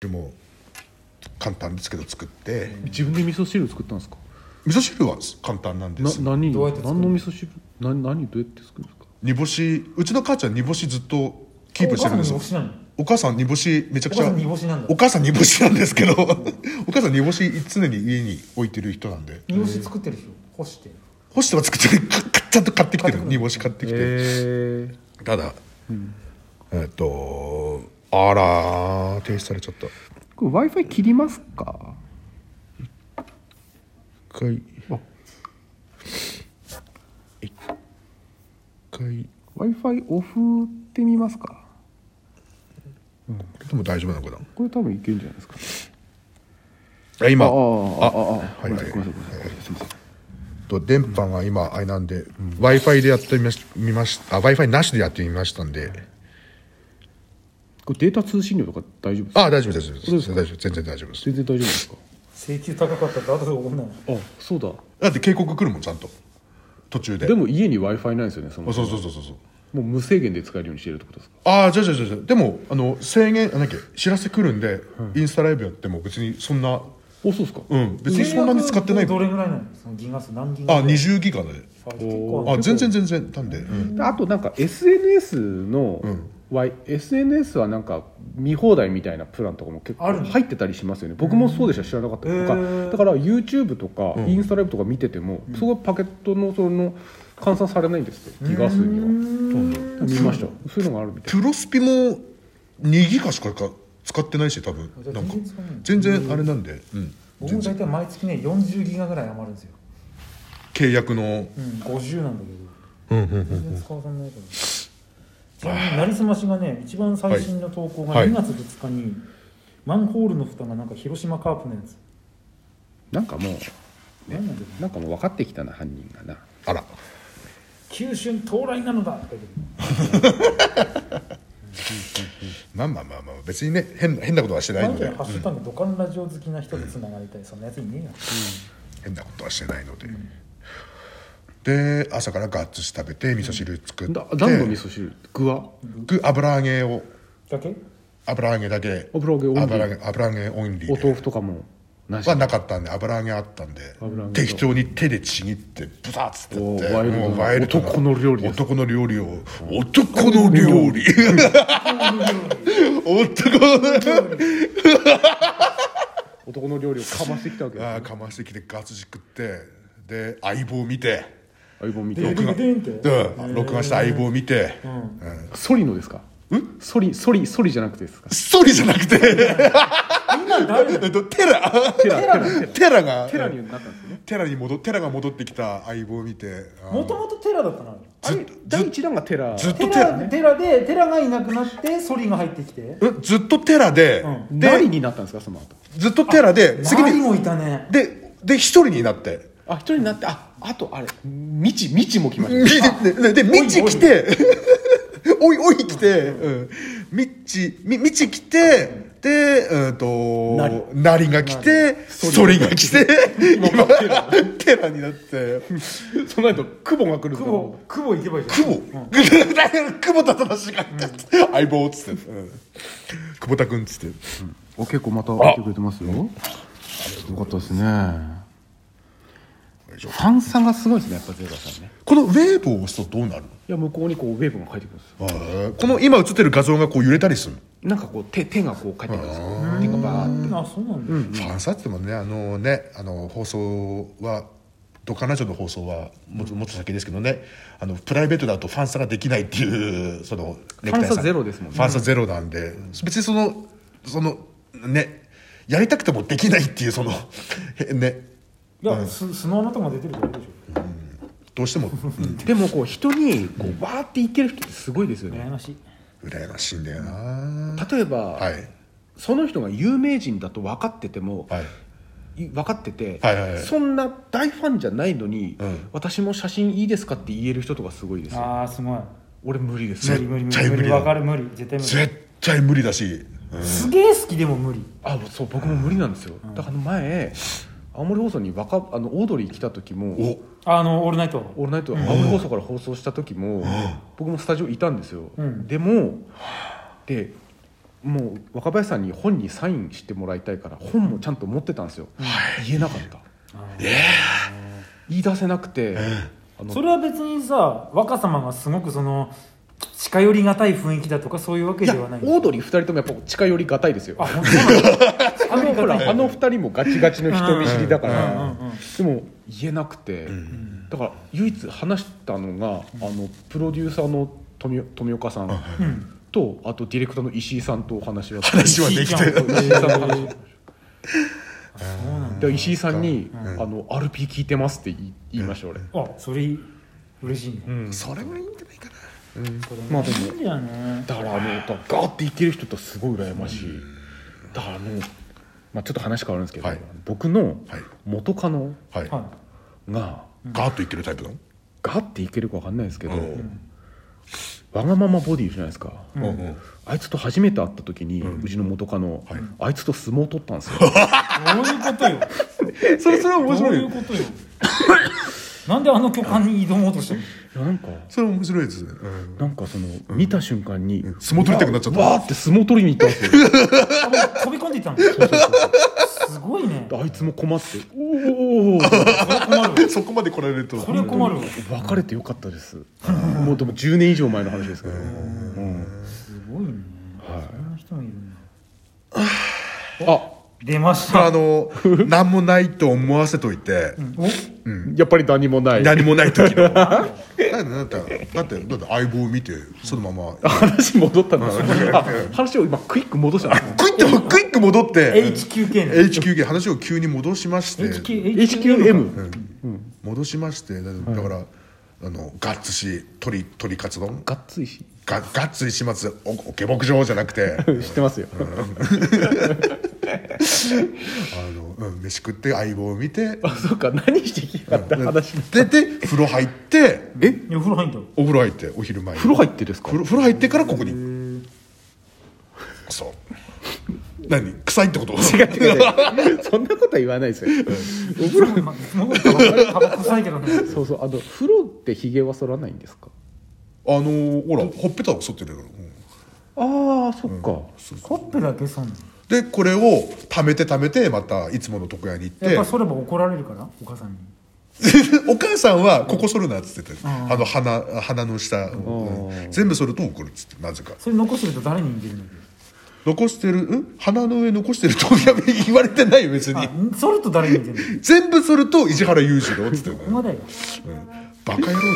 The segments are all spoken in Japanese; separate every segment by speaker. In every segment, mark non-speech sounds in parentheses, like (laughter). Speaker 1: 汁も簡単ですけど作って
Speaker 2: 自分で味噌汁作ったんですか
Speaker 1: 味噌汁は簡単なんです
Speaker 2: な何
Speaker 3: どうやって作る
Speaker 2: 何の味噌汁な何どうやって作るんですか
Speaker 1: 煮干しうちの母ちゃん煮干しずっとキープしてるんですよ
Speaker 3: お母さん煮干し
Speaker 1: お母さん煮干し
Speaker 3: なの
Speaker 1: めちゃくちゃ
Speaker 3: お母さん煮干しなんだ
Speaker 1: お母さん煮干しなんですけど (laughs) お母さん煮干し常に家に置いてる人なんで
Speaker 3: 煮干し作ってるでしょ干して
Speaker 1: 干しては作ってるちゃんと買ってきて
Speaker 3: 買ってく
Speaker 1: る煮
Speaker 3: る
Speaker 1: 干し買ってきて、
Speaker 2: え
Speaker 1: ただ、えっとあらー停止されちゃった一
Speaker 2: これ w i f i 切りますか
Speaker 1: 回
Speaker 2: あ
Speaker 1: 一回
Speaker 2: w i f i オフってみますか
Speaker 1: これでも大丈夫なのかな
Speaker 2: これ多分いけるんじゃないですか
Speaker 1: あ今
Speaker 2: あああああ
Speaker 1: はいはい
Speaker 2: ごめんなさいごめんなさいごめんなさいすいません
Speaker 1: と電波が今あれなんで、w i f i でやってみまし見ました w i f i なしでやってみましたんで
Speaker 2: これデータ通信量とか大丈夫ですか
Speaker 1: あ大丈夫です大丈夫
Speaker 2: そう
Speaker 1: で
Speaker 2: です
Speaker 1: 大
Speaker 2: す
Speaker 1: 丈夫全然大丈夫です
Speaker 2: 全然大丈夫ですか
Speaker 3: 請求高かったって後で怒んない
Speaker 2: あそうだ
Speaker 1: だって警告来るもんちゃんと途中で
Speaker 2: でも家に w i f i ないですよねその
Speaker 1: あそうそうそうそうそう
Speaker 2: もう無制限で使えるようにしてるってことですか
Speaker 1: ああじゃあじゃあじゃあじゃあでもあの制限あなんだっけ知らせ来るんで、インスタライブやっても別にそんな
Speaker 2: おそうですか
Speaker 1: うん別にそんなに使ってない
Speaker 3: 契約どれぐらいなのそのギガ数何ギガ
Speaker 1: あ20ギガで
Speaker 3: あ結構
Speaker 1: あ全然全然なんで、うん
Speaker 2: あとなんか SNS の、
Speaker 1: ん
Speaker 2: Y SNS はなんか見放題みたいなプランとかも結
Speaker 3: あ
Speaker 2: 構
Speaker 3: るの
Speaker 2: 入ってたりしますよね僕もそうでした知らなかったとか、
Speaker 3: へー
Speaker 2: だから YouTube とかインスタライブとか見てても、そこはパケットのその換算されないんですってギガ数には見ましたそういうのがあるみたい
Speaker 1: プロスピも2ギガしかか使ってないし多分
Speaker 3: じゃあ
Speaker 1: なんか
Speaker 3: 全然使わない
Speaker 1: 全然あれなんで、うん、
Speaker 3: 僕も大体毎月ね40ギガぐらい余るんですよ
Speaker 1: 契約の
Speaker 3: うん50なんだけ
Speaker 1: う
Speaker 3: ど
Speaker 1: んうん
Speaker 3: 全然使わさないからちなみになりすましがね一番最新の投稿が
Speaker 1: はい
Speaker 3: 2月2日にマンホールの蓋がなんか広島カープのやつ
Speaker 2: ななんかもう
Speaker 3: 何なんだろう
Speaker 2: なんかもう分かってきたな犯人がな
Speaker 1: あら
Speaker 3: 九州に到来なのだとか言って
Speaker 1: まあまあまあまあ別にね変な変なことはしてない
Speaker 3: マ
Speaker 1: の
Speaker 3: イ
Speaker 1: で、
Speaker 3: ケルハッシュタグドカンラジオ好きな人とつながりたいそんなやついねえよ
Speaker 1: 変なことはしてないので、で朝からガッツし食べて味噌汁作って、
Speaker 2: だ何の味噌汁具は
Speaker 1: 具油揚げを
Speaker 3: だけ
Speaker 1: 油揚げだけ
Speaker 2: 油揚げオンリー
Speaker 1: 油揚げ油揚げオンリー
Speaker 2: お豆
Speaker 1: で
Speaker 2: 腐とかもなし
Speaker 1: はなかったんで油揚げあったんで
Speaker 2: 油揚げと
Speaker 1: 適当に手でちぎってブサッつってやって
Speaker 2: おーワイルドな
Speaker 1: もうワイルドな
Speaker 2: 男の料理です
Speaker 1: 男の料理を男の料理男の料理
Speaker 2: 男の料理をかましてきたわけです
Speaker 1: (laughs) ああかましてきてガッツし食ってで相棒見て
Speaker 2: 相棒見て
Speaker 3: ででででんって
Speaker 1: うん録画した相棒見て、
Speaker 2: ソリのですかソリソリソリじゃなくてですか
Speaker 1: ストーリーじゃなくて
Speaker 3: 今誰だ
Speaker 1: えっとテラ
Speaker 2: テラテラテラ
Speaker 1: テラが
Speaker 2: テラになったんですよね
Speaker 1: テラに戻テラが戻ってきた相棒を見てあ
Speaker 3: もともとテラだったな
Speaker 2: あれ第一弾がテラ
Speaker 1: ずっと
Speaker 3: テ
Speaker 1: テラ
Speaker 3: ラテラでテラがいなくなってソリが入ってきて
Speaker 1: うんずっとテラで、
Speaker 3: うん
Speaker 2: 何になったんですかその後
Speaker 1: ずっとテラで次
Speaker 3: 次
Speaker 1: に
Speaker 3: にもいたね
Speaker 1: でで一人になって
Speaker 2: あ一人になってああとあれ未知未知も来ま
Speaker 1: み
Speaker 2: し
Speaker 1: でででミッチ来て (laughs) おいおい来て、うん、ミッチミミッチ来てでうんと
Speaker 2: ナリ
Speaker 1: ナリが来てス
Speaker 2: スト
Speaker 1: ト
Speaker 2: ー
Speaker 1: ー
Speaker 2: リ
Speaker 1: リ
Speaker 2: ー
Speaker 1: ー
Speaker 2: が
Speaker 1: が来て
Speaker 2: 今
Speaker 1: 今
Speaker 2: テラ
Speaker 1: (laughs) テラになって
Speaker 2: た (laughs) その後クボが来る
Speaker 3: 久保久保行けばいいじゃん
Speaker 1: 久保、久保田正が、相棒っつって、うん久保田君っつって、
Speaker 2: お結構また来てくれてますよよかったですねファンさんがすごいですねやっぱゼーさんね
Speaker 1: このウェーブを押すとどうなるの
Speaker 2: いや向こうにこうウェーブが返ってくるんですよ
Speaker 1: この今映ってる画像がこう揺れたりするの、
Speaker 2: なんかこう手手がこう返ってくるんですよ手がバーって
Speaker 3: あそうなんだ、
Speaker 1: ファンサってもねあのねあの放送はドカナジョの放送はもっともっと先ですけどねあのプライベートだとファンサができないっていうそのネクタイさん
Speaker 2: ファンサゼロですもんね
Speaker 1: ファンサゼロなんで、別にそのそのねやりたくてもできないっていうその (laughs) ね
Speaker 3: いや、す砂のとか出てるからいいでしょ
Speaker 1: どうしても、うん
Speaker 2: でもこう人にこうわーっていける人ってすごいですよね
Speaker 3: 羨ましい
Speaker 1: 羨ましいんだよな
Speaker 2: 例えば、
Speaker 1: はい
Speaker 2: その人が有名人だと分かってても、
Speaker 1: はい
Speaker 2: い分かってて、
Speaker 1: はいはいはい
Speaker 2: そんな大ファンじゃないのに、
Speaker 1: うん
Speaker 2: 私も写真いいですかって言える人とかすごいですよ
Speaker 3: ああすごい
Speaker 2: 俺無理です
Speaker 3: 無
Speaker 1: 絶
Speaker 3: 理
Speaker 1: 対
Speaker 3: 無
Speaker 1: 無理
Speaker 3: 理無理無理
Speaker 1: だ
Speaker 3: わかる無理絶対無理
Speaker 1: 絶対無理だし、うん
Speaker 3: すげえ好きでも無理
Speaker 2: あそう僕も無理なんですよ、だから前青森放送に若あのオードリー来た時も
Speaker 1: お
Speaker 3: あのオールナイト
Speaker 2: オールナイト青森放送から放送した時も、僕もスタジオいたんですよ、
Speaker 3: うん
Speaker 2: でもでもう若林さんに本にサインしてもらいたいから本もちゃんと持ってたんですよ、言えなかった言い出せなくて、あの
Speaker 3: それは別にさ若様がすごくその近寄りがたい雰囲気だとかそういうわけ
Speaker 2: い
Speaker 3: で
Speaker 2: や
Speaker 3: はない
Speaker 2: オードリー2人ともやっぱ近寄りがたいですよ
Speaker 3: あ本当なの
Speaker 2: あのほ (laughs) らあの2人もガチガチの人見知りだか
Speaker 3: うんうん
Speaker 2: ら
Speaker 3: うんうん
Speaker 2: でも言えなくてだから唯一話したのがあのプロデューサーの富富岡さん
Speaker 3: うん
Speaker 2: とあとディレクターの石井さんとお話は
Speaker 1: 話はできて
Speaker 3: いいじゃん
Speaker 2: 石井さんの話
Speaker 3: そうなんだ
Speaker 2: で石井さんに「
Speaker 1: う
Speaker 2: あ
Speaker 1: ん
Speaker 2: の RP 聞いてます」って言い言いました俺
Speaker 3: あそれ嬉しいね
Speaker 2: うん
Speaker 1: それがいいんじゃないかな
Speaker 3: これ
Speaker 2: まあでも
Speaker 3: いいんじゃない
Speaker 2: だからあのだからガーっていける人ってすごい羨ましいだからあのまあちょっと話変わるんですけど
Speaker 1: はい
Speaker 2: 僕の
Speaker 1: はい
Speaker 2: 元カノ
Speaker 1: はい、
Speaker 3: は
Speaker 2: が
Speaker 1: ガーッといってるタイプなの
Speaker 2: ガーっていけるかわかんないですけど、
Speaker 1: うん
Speaker 2: わがままボディいるじゃないですか、
Speaker 1: うんうん
Speaker 2: あいつと初めて会った時に、うちの元カノ、
Speaker 1: はい
Speaker 2: あいつと相撲取ったんですよ
Speaker 1: (laughs)
Speaker 3: いどういうことよ
Speaker 2: それそれは面
Speaker 3: ど
Speaker 2: 白
Speaker 3: う
Speaker 2: い
Speaker 3: い
Speaker 2: よ
Speaker 3: うことよなんであの巨漢に挑もうとしたの
Speaker 2: いやなんか
Speaker 1: それ面白いですね、うん
Speaker 2: なんかその、見た瞬間に、
Speaker 1: ん相撲取りたくなっちゃった
Speaker 2: わーって相撲取りに行ったんですよ (laughs)
Speaker 3: あもう飛び込んでいったのすごいね
Speaker 2: であいつも困って「おお」別
Speaker 3: これ困るわ
Speaker 1: (laughs) そこまで来られると
Speaker 3: これ困るわ
Speaker 2: れてよかったですもうでも10年以上前の話ですけど、うん
Speaker 3: すごいねそんな人もいるんだ
Speaker 2: あ
Speaker 3: 出まし
Speaker 1: まああ
Speaker 3: た
Speaker 1: の何もないと思わせといて、
Speaker 2: やっぱり何もない
Speaker 1: 何もない時 (laughs) のだってだってだってだって相棒を見てそのまま
Speaker 2: (laughs) 話戻ったんだからあ話を今クイック戻したんですね
Speaker 1: クイッとクイック戻って
Speaker 3: HQK ね
Speaker 1: HQ で話を急に戻しまして
Speaker 3: HQ
Speaker 2: HQM
Speaker 1: 戻しましてだだから、あのガッツし鳥鳥カツ丼
Speaker 2: がっついし
Speaker 1: ガガッツに始末おおけ牧場じゃなくて (laughs) あ
Speaker 2: 知ってますよ
Speaker 1: の、うん、飯食って相棒を見て
Speaker 2: あそうか何してきたって話
Speaker 1: 出て風呂入って
Speaker 2: え
Speaker 3: いやお風呂入んだ
Speaker 1: お風呂入ってお昼前に
Speaker 2: 風呂入ってですか
Speaker 1: 風呂風呂入ってからここにそう何臭いってこと
Speaker 2: 違う違う違う (laughs) そんなことは言わないですよお風呂
Speaker 3: まあすごいタバコタバコ臭いけ (laughs) どね
Speaker 2: そうそうあの風呂ってひげは剃らないんですか
Speaker 1: あのーほらほっぺたを剃ってるの、うん
Speaker 2: ああそっか
Speaker 3: ほっぺだけそんの
Speaker 1: でこれを貯めて貯めてまたいつもの床屋に行って
Speaker 3: やっぱそれば怒られるからお母さんに
Speaker 1: (laughs) お母さんは「ここ剃るな」っつってて、
Speaker 3: ん
Speaker 1: あの鼻鼻の下、うん
Speaker 2: うん
Speaker 1: 全部剃ると怒るっつってなぜか
Speaker 3: それ残してると誰に似てるんだ
Speaker 1: 残してるん鼻の上残してるといや言われてないよ別
Speaker 3: け
Speaker 1: に
Speaker 3: どあそれと誰に似てるんだ
Speaker 1: 全部剃ると石原裕次郎っつって
Speaker 3: (laughs) ここまでよ
Speaker 1: バカ野郎だろ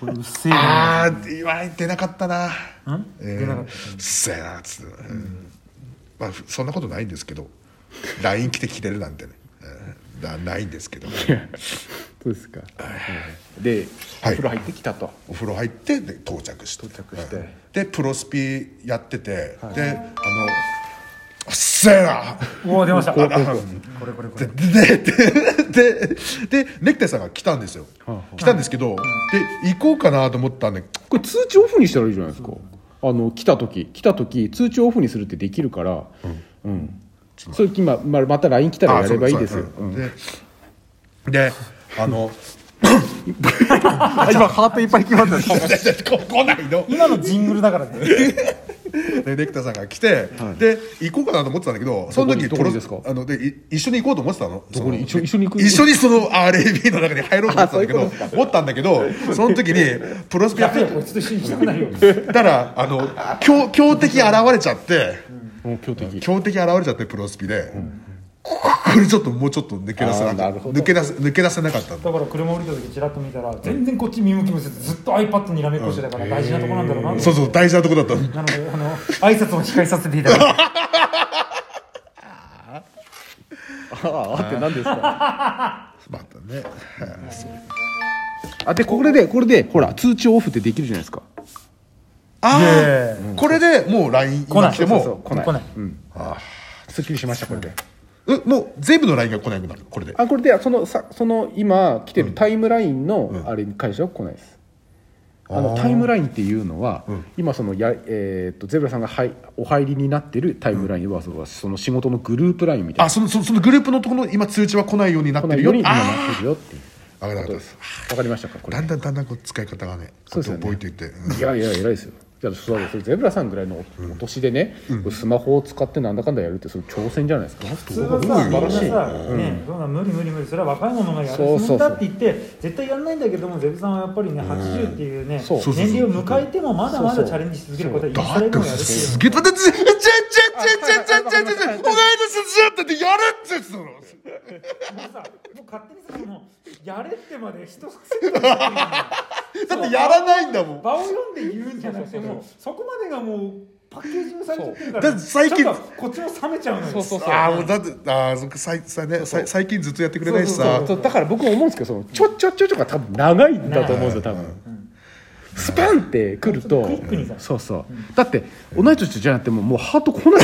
Speaker 3: これうっせえな
Speaker 1: ああ言われてなかったなんえー
Speaker 3: 出なかっ
Speaker 1: うっせえなっつって、まあふそんなことないんですけど LINE 来て聞いてるなんてね、うんなないんです
Speaker 3: (laughs)
Speaker 1: けど
Speaker 2: そうですかでお
Speaker 1: はい
Speaker 2: 風呂入ってきたと
Speaker 1: お風呂入ってで到着して
Speaker 2: 到着して
Speaker 1: うんでプロスピやってて、であの「うっせえな!」
Speaker 3: おお出ましたこれこれこ
Speaker 1: でで
Speaker 3: れ
Speaker 1: でででネクタイさんが来たんですよ、来たんですけど、で行こうかなと思ったんで
Speaker 2: これ通知オフにしたらいいじゃないですかあの来た時来た時通知オフにするってできるからうんそれ今ままた LINE 来たらやればいいですよ
Speaker 1: あそう
Speaker 2: うん
Speaker 1: そうでであ
Speaker 2: (laughs)
Speaker 1: の
Speaker 2: あ今ハートいっぱい来ましたね
Speaker 1: 来ないの
Speaker 3: 今のジングルだからね
Speaker 1: でネクタイさんが来て、で行こうかなと思ってたんだけどその時
Speaker 2: どこにどこにですか
Speaker 1: あのでい一緒に行こうと思ってたの
Speaker 2: どこに
Speaker 1: その
Speaker 2: 一緒一緒に行く
Speaker 1: 一緒にその RAB の中に入ろうと思ってたんだけど
Speaker 2: あそういうこと
Speaker 1: 思ったんだけどその時にプロスピやっ
Speaker 3: や
Speaker 1: て
Speaker 3: べえこいつと一緒に行きたくない (laughs) よ
Speaker 1: たら
Speaker 2: (laughs)
Speaker 1: あの強強敵現れちゃって
Speaker 2: うん強敵
Speaker 1: 強敵現れちゃってプロスピで、ここれちょっともうちょっと抜け出せな
Speaker 2: あー
Speaker 1: か
Speaker 2: な
Speaker 1: っ
Speaker 2: る
Speaker 1: た
Speaker 2: ほど
Speaker 1: 抜け出せ抜け出せなかったんだ
Speaker 3: だから車降りた時ちらっと見たら全然こっち見向きもせずずっと iPad にらめっこしてたから大事なとこなんだろうなと
Speaker 1: そうそう大事なとこだったの
Speaker 3: なのであの挨拶を控えさせていただきます
Speaker 2: ああって何ですか
Speaker 1: またね
Speaker 2: あでこれでこれでほら通知オフってできるじゃないですか
Speaker 1: あ
Speaker 3: ね
Speaker 1: あこれでもう LINE
Speaker 3: 来な
Speaker 1: 今
Speaker 3: い
Speaker 1: 来て
Speaker 3: そうそ
Speaker 1: も
Speaker 3: う来ない来ない
Speaker 2: うんすっきりしましたこれで
Speaker 1: うもう全部の LINE が来なくなるこれで
Speaker 2: あこれでそのさその今来てるタイムラインのあれに会社は来ないです、あのタイムラインっていうのは、今そのや、えー、とゼブラさんがはいお入りになってるタイムラインは、そのその仕事のグループラインみたい
Speaker 1: あそのそのそのグループのところの今通知は来ないようになって
Speaker 2: なの
Speaker 1: る
Speaker 2: よ
Speaker 1: よ
Speaker 2: り今
Speaker 1: あ
Speaker 2: なってるよっていう
Speaker 1: ーわかりま
Speaker 2: こと
Speaker 1: し
Speaker 2: ですわかりましたかこ
Speaker 1: た
Speaker 2: れ
Speaker 1: だんだんだんだんこう使い方がね
Speaker 2: そうですよね
Speaker 1: 覚えていって、うん
Speaker 2: いやいや偉いですよじゃあそうだそれゼブラさんぐらいのお年でね、これスマホを使ってなんだかんだやるってその挑戦じゃないですか、
Speaker 3: 普通は
Speaker 1: ど
Speaker 3: さ、みん
Speaker 1: う
Speaker 3: な
Speaker 1: 素晴ら
Speaker 3: さ
Speaker 1: しい、
Speaker 3: ね、そんな無理無理無理、それは若い者がやる
Speaker 2: そうそうそう
Speaker 3: そんだって言って、絶対やらないんだけども、ゼブさんはやっぱりね、80っていうね、
Speaker 2: そうそう
Speaker 1: そう
Speaker 3: 年齢を迎えても、まだま
Speaker 2: そうそう
Speaker 3: だチャレンジし続けることは、いつ
Speaker 1: だ
Speaker 3: で
Speaker 1: って
Speaker 3: もやるっていう
Speaker 1: す。げえだってちゃちゃちゃちゃちゃちゃちゃ同い年じゃってってやるって言ってたの
Speaker 3: もうさ、もう勝手にさ、その、やれってまで人させるのが
Speaker 1: だってやらないんだもん
Speaker 3: 場を読んで言うんじゃなくて、もう、そこまでがもう、パッケージングされちゃってるか
Speaker 1: そう
Speaker 3: ら、
Speaker 1: だって最近
Speaker 3: ちょっとこっちも冷めちゃうのよ。
Speaker 2: そうそうそう
Speaker 1: ああもうだってああそっかさいさねさい最近ずっとやってくれないし
Speaker 2: そ
Speaker 1: さ
Speaker 2: うそうだから僕も思うんですけどそのちょちょちょちょが多分長いんだと思うんですよ多分、スパンってくると
Speaker 3: クイックにさ
Speaker 2: そうそう、だって同い年じゃなくてももうハート来ない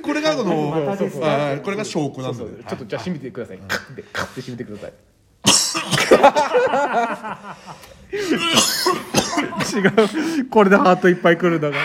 Speaker 1: これがあの
Speaker 3: またですね
Speaker 1: あーこれが証拠なんだよ
Speaker 2: ちょっとじゃあ閉めてくださいカッてカッて閉めてくだ (laughs) さい違うこれでハートいっぱい来るんだから